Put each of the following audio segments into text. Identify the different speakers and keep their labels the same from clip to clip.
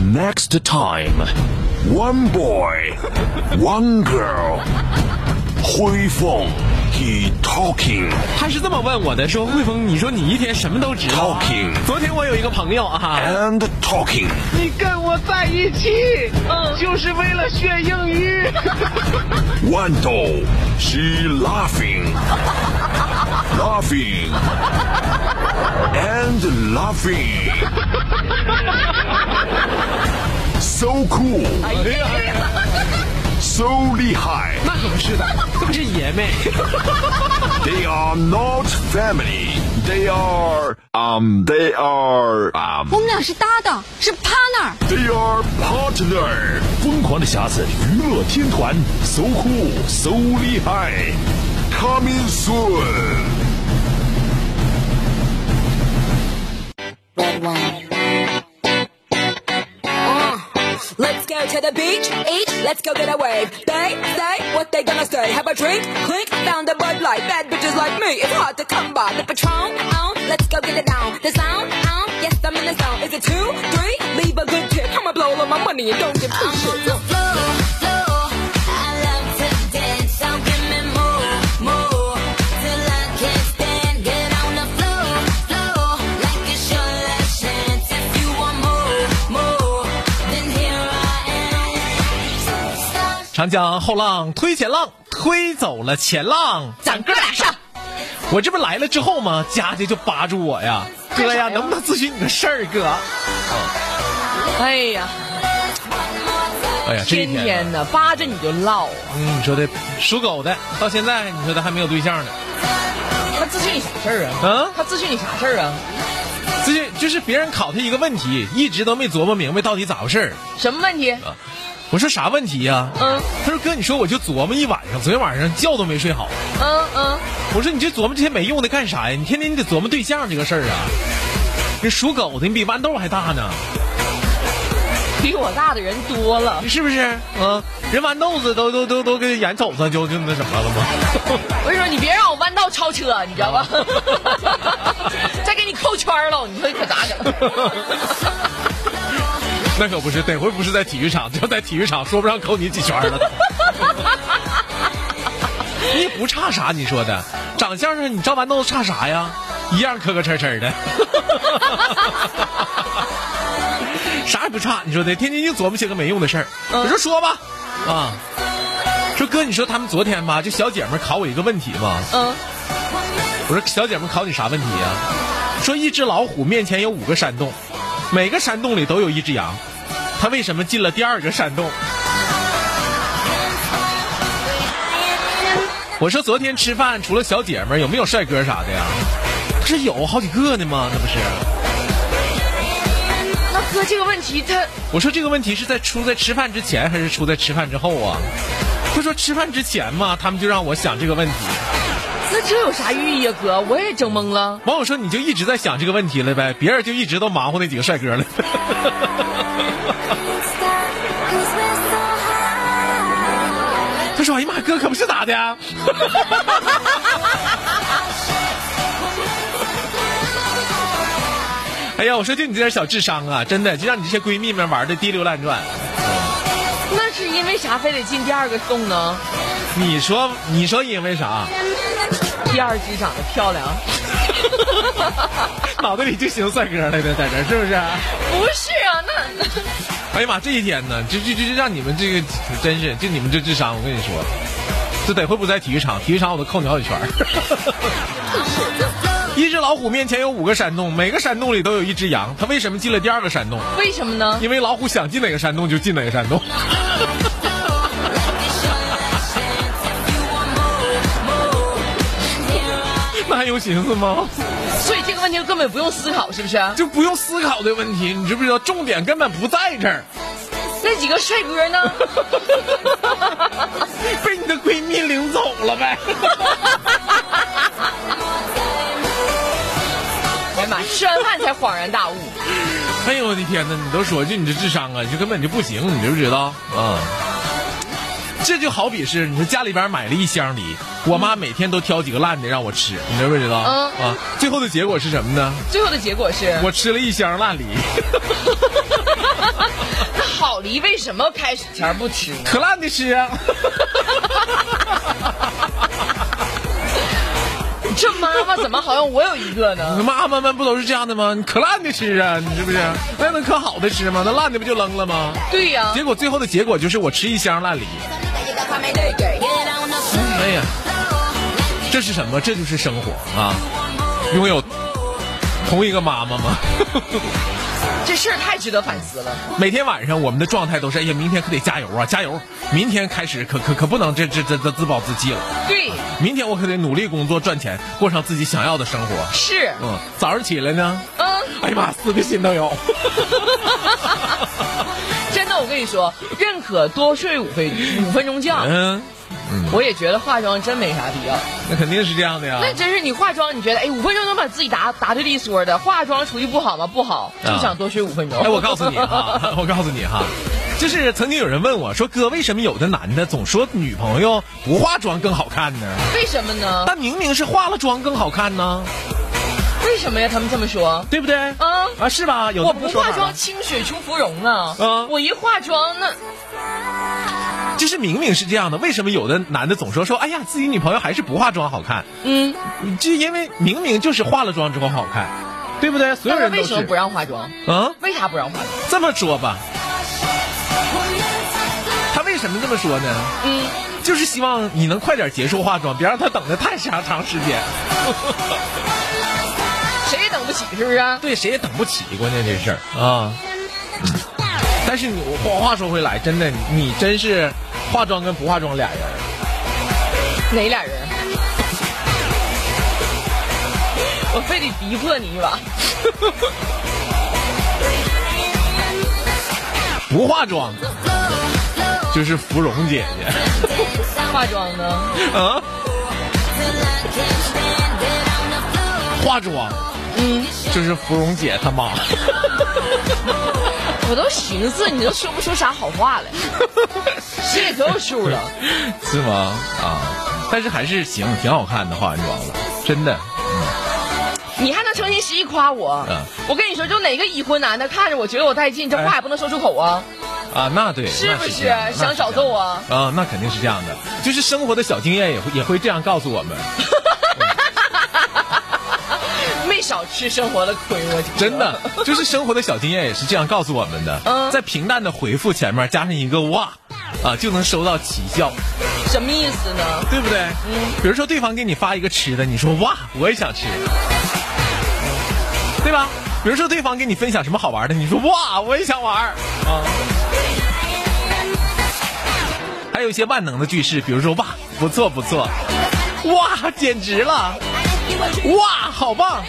Speaker 1: Next time, one boy, one girl. 辉凤，he talking
Speaker 2: 他是这么问我的，说汇丰，你说你一天什么都知道啊
Speaker 1: Talking
Speaker 2: 昨天我有一个朋友啊，
Speaker 1: and talking。
Speaker 3: 你跟我在一起，嗯，就是为了学英语。
Speaker 1: Wando, she laughing, laughing, and laughing. So cool,
Speaker 2: 哎呀，
Speaker 1: so 厉害。
Speaker 2: 那可不是的，这不是爷们。
Speaker 1: They are not family. They are um. They are um.
Speaker 4: 我们俩是搭档，是 partner。
Speaker 1: They are partner，疯狂的匣子娱乐天团，so cool，so 厉害，coming soon。
Speaker 5: red wine. Uh, Let's go to the beach, eat, let's go get a wave. They say what they gonna say. Have a drink, click, found a bud light. Bad bitches like me, it's hard to come by. The patron, on, let's go get it down. The sound, on, yes, I'm in the zone. Is it two, three? Leave a good tip. I'ma blow all of my money and don't give two shits.
Speaker 6: the floor, floor. I love to dance, so give me more, more. Till I can't stand, get on the floor, floor. Like it's your last chance. If you want more, more, then here I am. Stop.
Speaker 2: 长江后浪推前浪，推走了前浪，咱哥俩上。我这不来了之后吗？佳佳就扒住我呀，哥呀，能不能咨询你个事儿，哥？
Speaker 7: 哎呀，
Speaker 2: 哎呀，这一
Speaker 7: 天
Speaker 2: 天
Speaker 7: 天的扒着你就唠啊，
Speaker 2: 嗯，你说的属狗的，到现在你说他还没有对象呢，
Speaker 7: 他咨询你啥事儿啊？
Speaker 2: 啊？
Speaker 7: 他咨询你啥事儿啊？
Speaker 2: 最近就是别人考他一个问题，一直都没琢磨明白到底咋回事儿。
Speaker 7: 什么问题？
Speaker 2: 我说啥问题呀、
Speaker 7: 嗯
Speaker 2: 他说哥，你说我就琢磨一晚上，昨天晚上觉都没睡好。
Speaker 7: 嗯嗯，
Speaker 2: 我说你这琢磨这些没用的干啥呀？你天天你得琢磨对象这个事儿啊。你属狗的，你比豌豆还大呢，
Speaker 7: 比我大的人多了，
Speaker 2: 是不是？啊，人豌豆子都都都都跟眼瞅着就就那什么了吗？
Speaker 7: 我跟你说，你别让我弯道超车，你知 道吧？再给你扣圈儿了，你说你可咋整？
Speaker 2: 那可不是，得回不是在体育场，只要在体育场，说不上扣你几圈了都。 你也不差啥，你说的，长相上你照豌豆子差啥呀？一样磕磕碜碜的， 啥也不差。你说的，天天就琢磨些个没用的事儿。我说说吧，啊，说哥，你说他们昨天吧，这小姐们考我一个问题嘛，
Speaker 7: 嗯，
Speaker 2: 我说小姐们考你啥问题呀、说一只老虎面前有五个山洞，每个山洞里都有一只羊，它为什么进了第二个山洞？我说昨天吃饭除了小姐们儿有没有帅哥啥的呀？他说有好几个呢嘛，那不是？
Speaker 7: 那哥这个问题他
Speaker 2: 我说这个问题是在出在吃饭之前还是出在吃饭之后啊？他说吃饭之前嘛，他们就让我想这个问题。
Speaker 7: 那这有啥寓意啊？哥，我也整懵了。
Speaker 2: 网友说你就一直在想这个问题了呗，别人就一直都忙活那几个帅哥了。
Speaker 6: Cause we're so high.
Speaker 2: 他说：“哎呀妈，哥可不是咋的、啊呀。 哎呀，我说就你这点小智商啊，真的就让你这些闺蜜们玩的滴溜乱转。
Speaker 7: 那是因为啥非得进第二个洞呢？
Speaker 2: 你说，你说因为啥？
Speaker 7: 第二只长得 漂亮？
Speaker 2: 脑袋里就寻思帅哥来的，在这儿是不是？
Speaker 7: 不是啊，那
Speaker 2: 哎呀妈，这一天呢，就就就就让你们这个真是，就你们这智商，我跟你说，这得会不在体育场，体育场我都扣你好几圈儿。 一只老虎面前有五个山洞，每个山洞里都有一只羊，它为什么进了第二个山洞？”
Speaker 7: 为什么呢？
Speaker 2: 因为老虎想进哪个山洞就进哪个山洞。 那还用寻思吗？
Speaker 7: 所以这个问题根本不用思考，是不是？
Speaker 2: 就不用思考的问题，你知不知道？重点根本不在这儿，
Speaker 7: 那几个帅哥 呢？
Speaker 2: 被你的闺蜜领走了呗。
Speaker 7: 哎呀妈，吃完饭才恍然大悟。
Speaker 2: 哎呦我的天哪！你都说就你这智商啊，就根本就不行，你知不知道？啊、这就好比是你说家里边买了一箱梨，我妈每天都挑几个烂的让我吃，你知不知道？
Speaker 7: 嗯
Speaker 2: 啊，最后的结果是什么呢？
Speaker 7: 最后的结果是，
Speaker 2: 我吃了一箱烂梨，
Speaker 7: 那好梨为什么开始前不吃呢？
Speaker 2: 可烂的吃啊！
Speaker 7: 这妈妈怎么好像我有一个 呢？
Speaker 2: 妈妈们不都是这样的吗？你可烂的吃啊，你是不是？那能可好的吃吗？那烂的不就扔了吗？
Speaker 7: 对呀、
Speaker 2: 结果最后的结果就是我吃一箱烂梨。哎呀，这是什么？这就是生活啊！拥有同一个妈妈吗？
Speaker 7: 这事儿太值得反思了。
Speaker 2: 每天晚上我们的状态都是：哎呀，明天可得加油啊，加油！明天开始可可可不能这这这这自暴自弃了。
Speaker 7: 对，
Speaker 2: 明天我可得努力工作赚钱，过上自己想要的生活。
Speaker 7: 是，
Speaker 2: 嗯，早上起来呢，
Speaker 7: 嗯，
Speaker 2: 哎呀妈，四个心都有。
Speaker 7: 真的，我跟你说，认可多睡五分五分钟觉，
Speaker 2: 嗯，
Speaker 7: 我也觉得化妆真没啥必要。
Speaker 2: 那肯定是这样的呀。
Speaker 7: 那真是你化妆，你觉得哎，五分钟能把自己答答对利索的，化妆出去不好吗？不好，就
Speaker 2: 啊
Speaker 7: 想多睡五分钟。
Speaker 2: 哎，我告诉你哈，我告诉你哈，就是曾经有人问我说，哥，为什么有的男的总说女朋友不化妆更好看呢？
Speaker 7: 为什么呢？
Speaker 2: 但明明是化了妆更好看呢，
Speaker 7: 为什么呀？他们这么说，
Speaker 2: 对不对？
Speaker 7: 啊
Speaker 2: 啊，是吧？有
Speaker 7: 我
Speaker 2: 这么
Speaker 7: 不
Speaker 2: 个说
Speaker 7: 化
Speaker 2: 法
Speaker 7: 妆
Speaker 2: 吧，
Speaker 7: 清水出芙蓉啊。
Speaker 2: 嗯
Speaker 7: 我一化妆那
Speaker 2: 就是明明是这样的，为什么有的男的总说说，哎呀，自己女朋友还是不化妆好看？
Speaker 7: 嗯，
Speaker 2: 就因为明明就是化了妆之后好看，对不对？所有
Speaker 7: 那
Speaker 2: 人
Speaker 7: 为
Speaker 2: 都
Speaker 7: 什么
Speaker 2: 是
Speaker 7: 不。让化妆？
Speaker 2: 啊，
Speaker 7: 为啥不让化妆？
Speaker 2: 这么说吧，他为什么这么说呢？
Speaker 7: 嗯，
Speaker 2: 就是希望你能快点结束化妆，别让他等的太长长时间。
Speaker 7: 谁也等不起，是不是啊？
Speaker 2: 对，谁也等不起，关键这事儿啊。但是你我话话说回来，真的，你真是化妆跟不化妆俩人儿。
Speaker 7: 哪俩人？我非得逼迫你一把。
Speaker 2: 不化妆就是芙蓉姐姐
Speaker 7: 化妆呢？
Speaker 2: 啊，化妆，嗯，就是芙蓉姐她妈。
Speaker 7: 我都寻思你都说不出啥好话 来，心里可有数了。
Speaker 2: 是吗？啊，但是还是行，挺好看的，化完妆了，真的。
Speaker 7: 你还能成心实意夸我？
Speaker 2: 嗯
Speaker 7: 我跟你说，就哪个已婚男的看着我觉得我带劲，这
Speaker 2: 哎
Speaker 7: 话也不能说出口啊。
Speaker 2: 啊，那对，
Speaker 7: 是不
Speaker 2: 那
Speaker 7: 是
Speaker 2: 这样的
Speaker 7: 想找揍我？
Speaker 2: 那是这样的啊，那肯定是这样的，就是生活的小经验也会也会这样告诉我们，
Speaker 7: 没少吃生活的亏，我觉得
Speaker 2: 真 的，就是生活的小经验也是这样告诉我们的。
Speaker 7: 嗯
Speaker 2: 在平淡的回复前面加上一个哇，啊，就能收到奇效，
Speaker 7: 什么意思呢？
Speaker 2: 对不对？嗯。比如说对方给你发一个吃的，你说哇，我也想吃，对吧？比如说对方给你分享什么好玩的，你说哇，我也想玩儿啊。还有一些万能的句式，比如说哇，不错不错，哇，简直了，哇，好棒。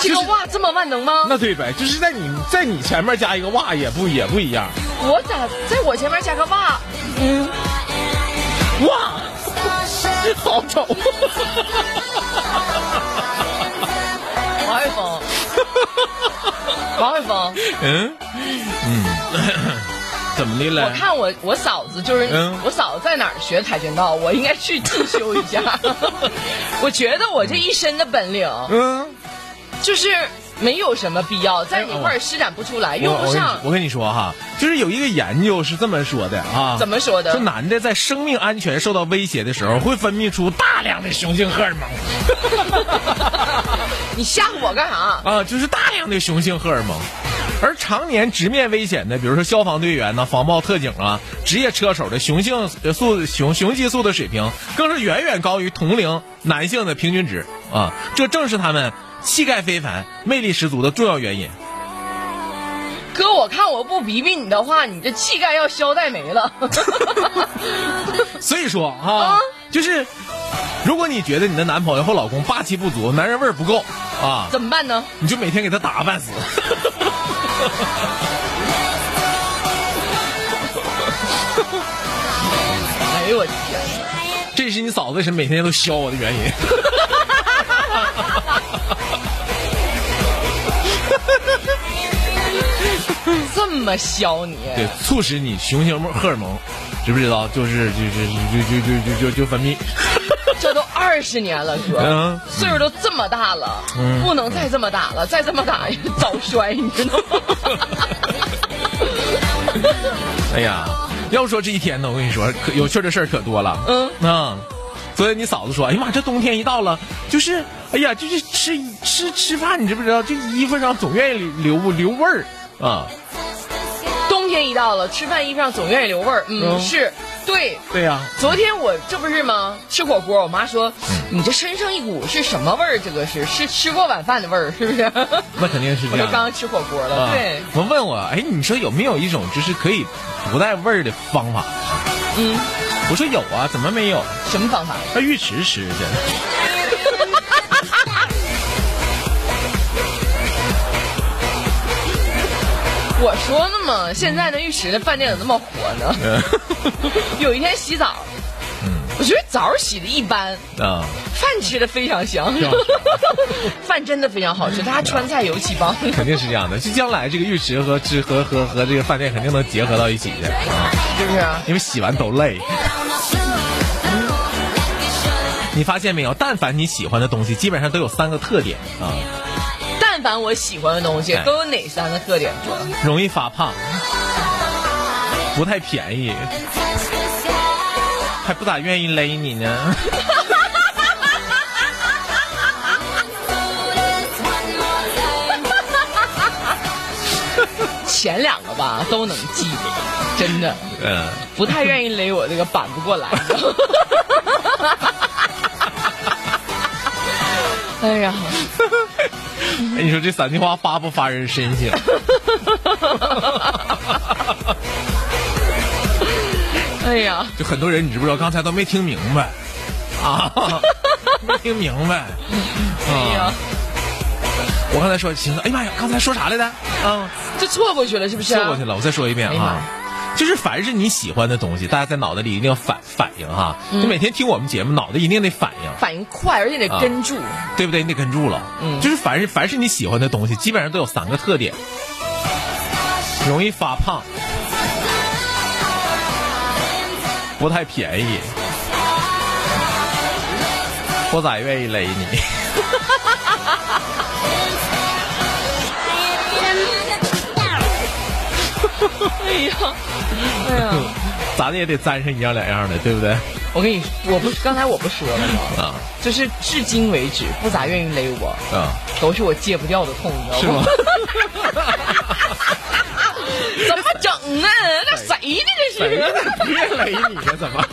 Speaker 7: 这个哇这么万能吗？
Speaker 2: 那对呗，就是在你在你前面加一个哇，也不也不一样。
Speaker 7: 我咋在我前面加个哇？
Speaker 2: 哇，好丑。
Speaker 7: 王海 峰，王海峰，
Speaker 2: 嗯嗯，怎么的
Speaker 7: 我
Speaker 2: 了？
Speaker 7: 看我我嫂子就是、
Speaker 2: 嗯
Speaker 7: 我嫂子在哪儿学跆拳道，我应该去进修一 下。我觉得我这一身的本领
Speaker 2: 嗯，
Speaker 7: 就是没有什么必要，在你块儿施展不出来，用
Speaker 2: 我
Speaker 7: 不
Speaker 2: 我跟你
Speaker 7: 上。
Speaker 2: 我跟你说哈，就是有一个研究是这么说的啊，
Speaker 7: 怎么说的
Speaker 2: 说男的在生命安全受到威胁的时候，会分泌出大量的雄性荷尔蒙
Speaker 7: 你吓唬我干啥？
Speaker 2: 啊，就是大量的雄性荷尔蒙。而常年直面危险的，比如说消防队员呐、防暴特警啊、职业车手的雄性呃素雄雄激素的水平，更是远远高于同龄男性的平均值啊！这正是他们气概非凡、魅力十足的重要原因。
Speaker 7: 哥，我看我不逼逼你的话，你这气概要消带没 了。
Speaker 2: 所以说啊，就是如果你觉得你的男朋友或老公霸气不足、男人味儿不够啊，
Speaker 7: 怎么办呢？
Speaker 2: 你就每天给他打扮死。
Speaker 7: 哎呦我的天！
Speaker 2: 这是你嫂子为什么每天都削我的原因。
Speaker 7: 这么削你？
Speaker 2: 对，促使你雄性荷尔蒙知不知道？就是就就就就就就就分泌，
Speaker 7: 这都二十年了，哥，
Speaker 2: 嗯
Speaker 7: 岁数都这么大了，不能再这么打了，再这么打早衰，你知道吗？
Speaker 2: 哎呀，要说这一天呢，我跟你说，可有趣的事儿可多了。
Speaker 7: 嗯
Speaker 2: 嗯，昨天你嫂子说，哎呀妈，这冬天一到了，就是，哎呀，就是吃吃吃饭，你知不知道？这衣服上总愿意留留味儿啊。
Speaker 7: 冬天一到了，吃饭衣服上总愿意留味儿，嗯，
Speaker 2: 嗯
Speaker 7: 是对。
Speaker 2: 对呀、
Speaker 7: 昨天我这不是吗？吃火锅，我妈说
Speaker 2: 嗯
Speaker 7: 你这身上一股是什么味儿？这个是是吃过晚饭的味儿，是不是？
Speaker 2: 那肯定是
Speaker 7: 我
Speaker 2: 这
Speaker 7: 就
Speaker 2: 样。
Speaker 7: 刚刚吃火锅了，
Speaker 2: 啊
Speaker 7: 对，，
Speaker 2: 我问我，哎，你说有没有一种就是可以不带味儿的方法？
Speaker 7: 嗯，
Speaker 2: 我说有啊，怎么没有？
Speaker 7: 什么方法？
Speaker 2: 上浴池吃去。
Speaker 7: 我说呢嘛，现在的浴池的饭店怎么那么火呢？
Speaker 2: 嗯
Speaker 7: 有一天洗澡，我觉得澡洗的一般，
Speaker 2: 啊，
Speaker 7: 饭吃的非常香
Speaker 2: 是吧，
Speaker 7: 饭真的非常好吃，大家川菜尤其棒。
Speaker 2: 肯定是这样的。就将来这个浴池和吃和和和这个饭店肯定能结合到一起去啊，
Speaker 7: 是不是？
Speaker 2: 因为洗完都累。你发现没有？但凡你喜欢的东西，基本上都有三个特点啊：
Speaker 7: 但凡我喜欢的东西
Speaker 2: 哎，
Speaker 7: 都有哪三个特点？
Speaker 2: 容易发胖，不太便宜，还不咋愿意勒你呢。
Speaker 7: 前两个吧都能记得，真的
Speaker 2: 嗯，
Speaker 7: 不太愿意勒我这个板不过来。 哎呀，
Speaker 2: 哎你说这三句话发不发人深省？
Speaker 7: 哎呀，
Speaker 2: 就很多人，你知不知道？刚才都没听明白啊，没听明白
Speaker 7: 哎呀
Speaker 2: 啊！，我刚才说，寻思，哎呀妈呀，刚才说啥来着？啊，
Speaker 7: 这错过去了是不是？
Speaker 2: 错过去。了，我再说一遍
Speaker 7: 哎呀妈
Speaker 2: 啊
Speaker 7: 呀。
Speaker 2: 就是凡是你喜欢的东西，大家在脑袋里一定要反反应哈。你每天听我们节目，脑袋一定得反应，
Speaker 7: 反应快，而且得跟住。
Speaker 2: 对不对？你得跟住了。
Speaker 7: 嗯
Speaker 2: 就是凡是凡是你喜欢的东西，基本上都有三个特点：容易发胖，不太便宜，不咋愿意勒你。
Speaker 7: 哎呀，哎呀，
Speaker 2: 咋的也得沾上一样两样的，对不对？
Speaker 7: 我跟你，我不是刚才我不说了吗？
Speaker 2: 啊
Speaker 7: 就是至今为止不咋愿意勒我，
Speaker 2: 啊，
Speaker 7: 都是我戒不掉的痛，你知
Speaker 2: 是
Speaker 7: 道吗
Speaker 2: 吗？？
Speaker 7: 怎么啊整呢？那谁呢？这
Speaker 2: 谁
Speaker 7: 是。
Speaker 2: 别勒你呀？怎么？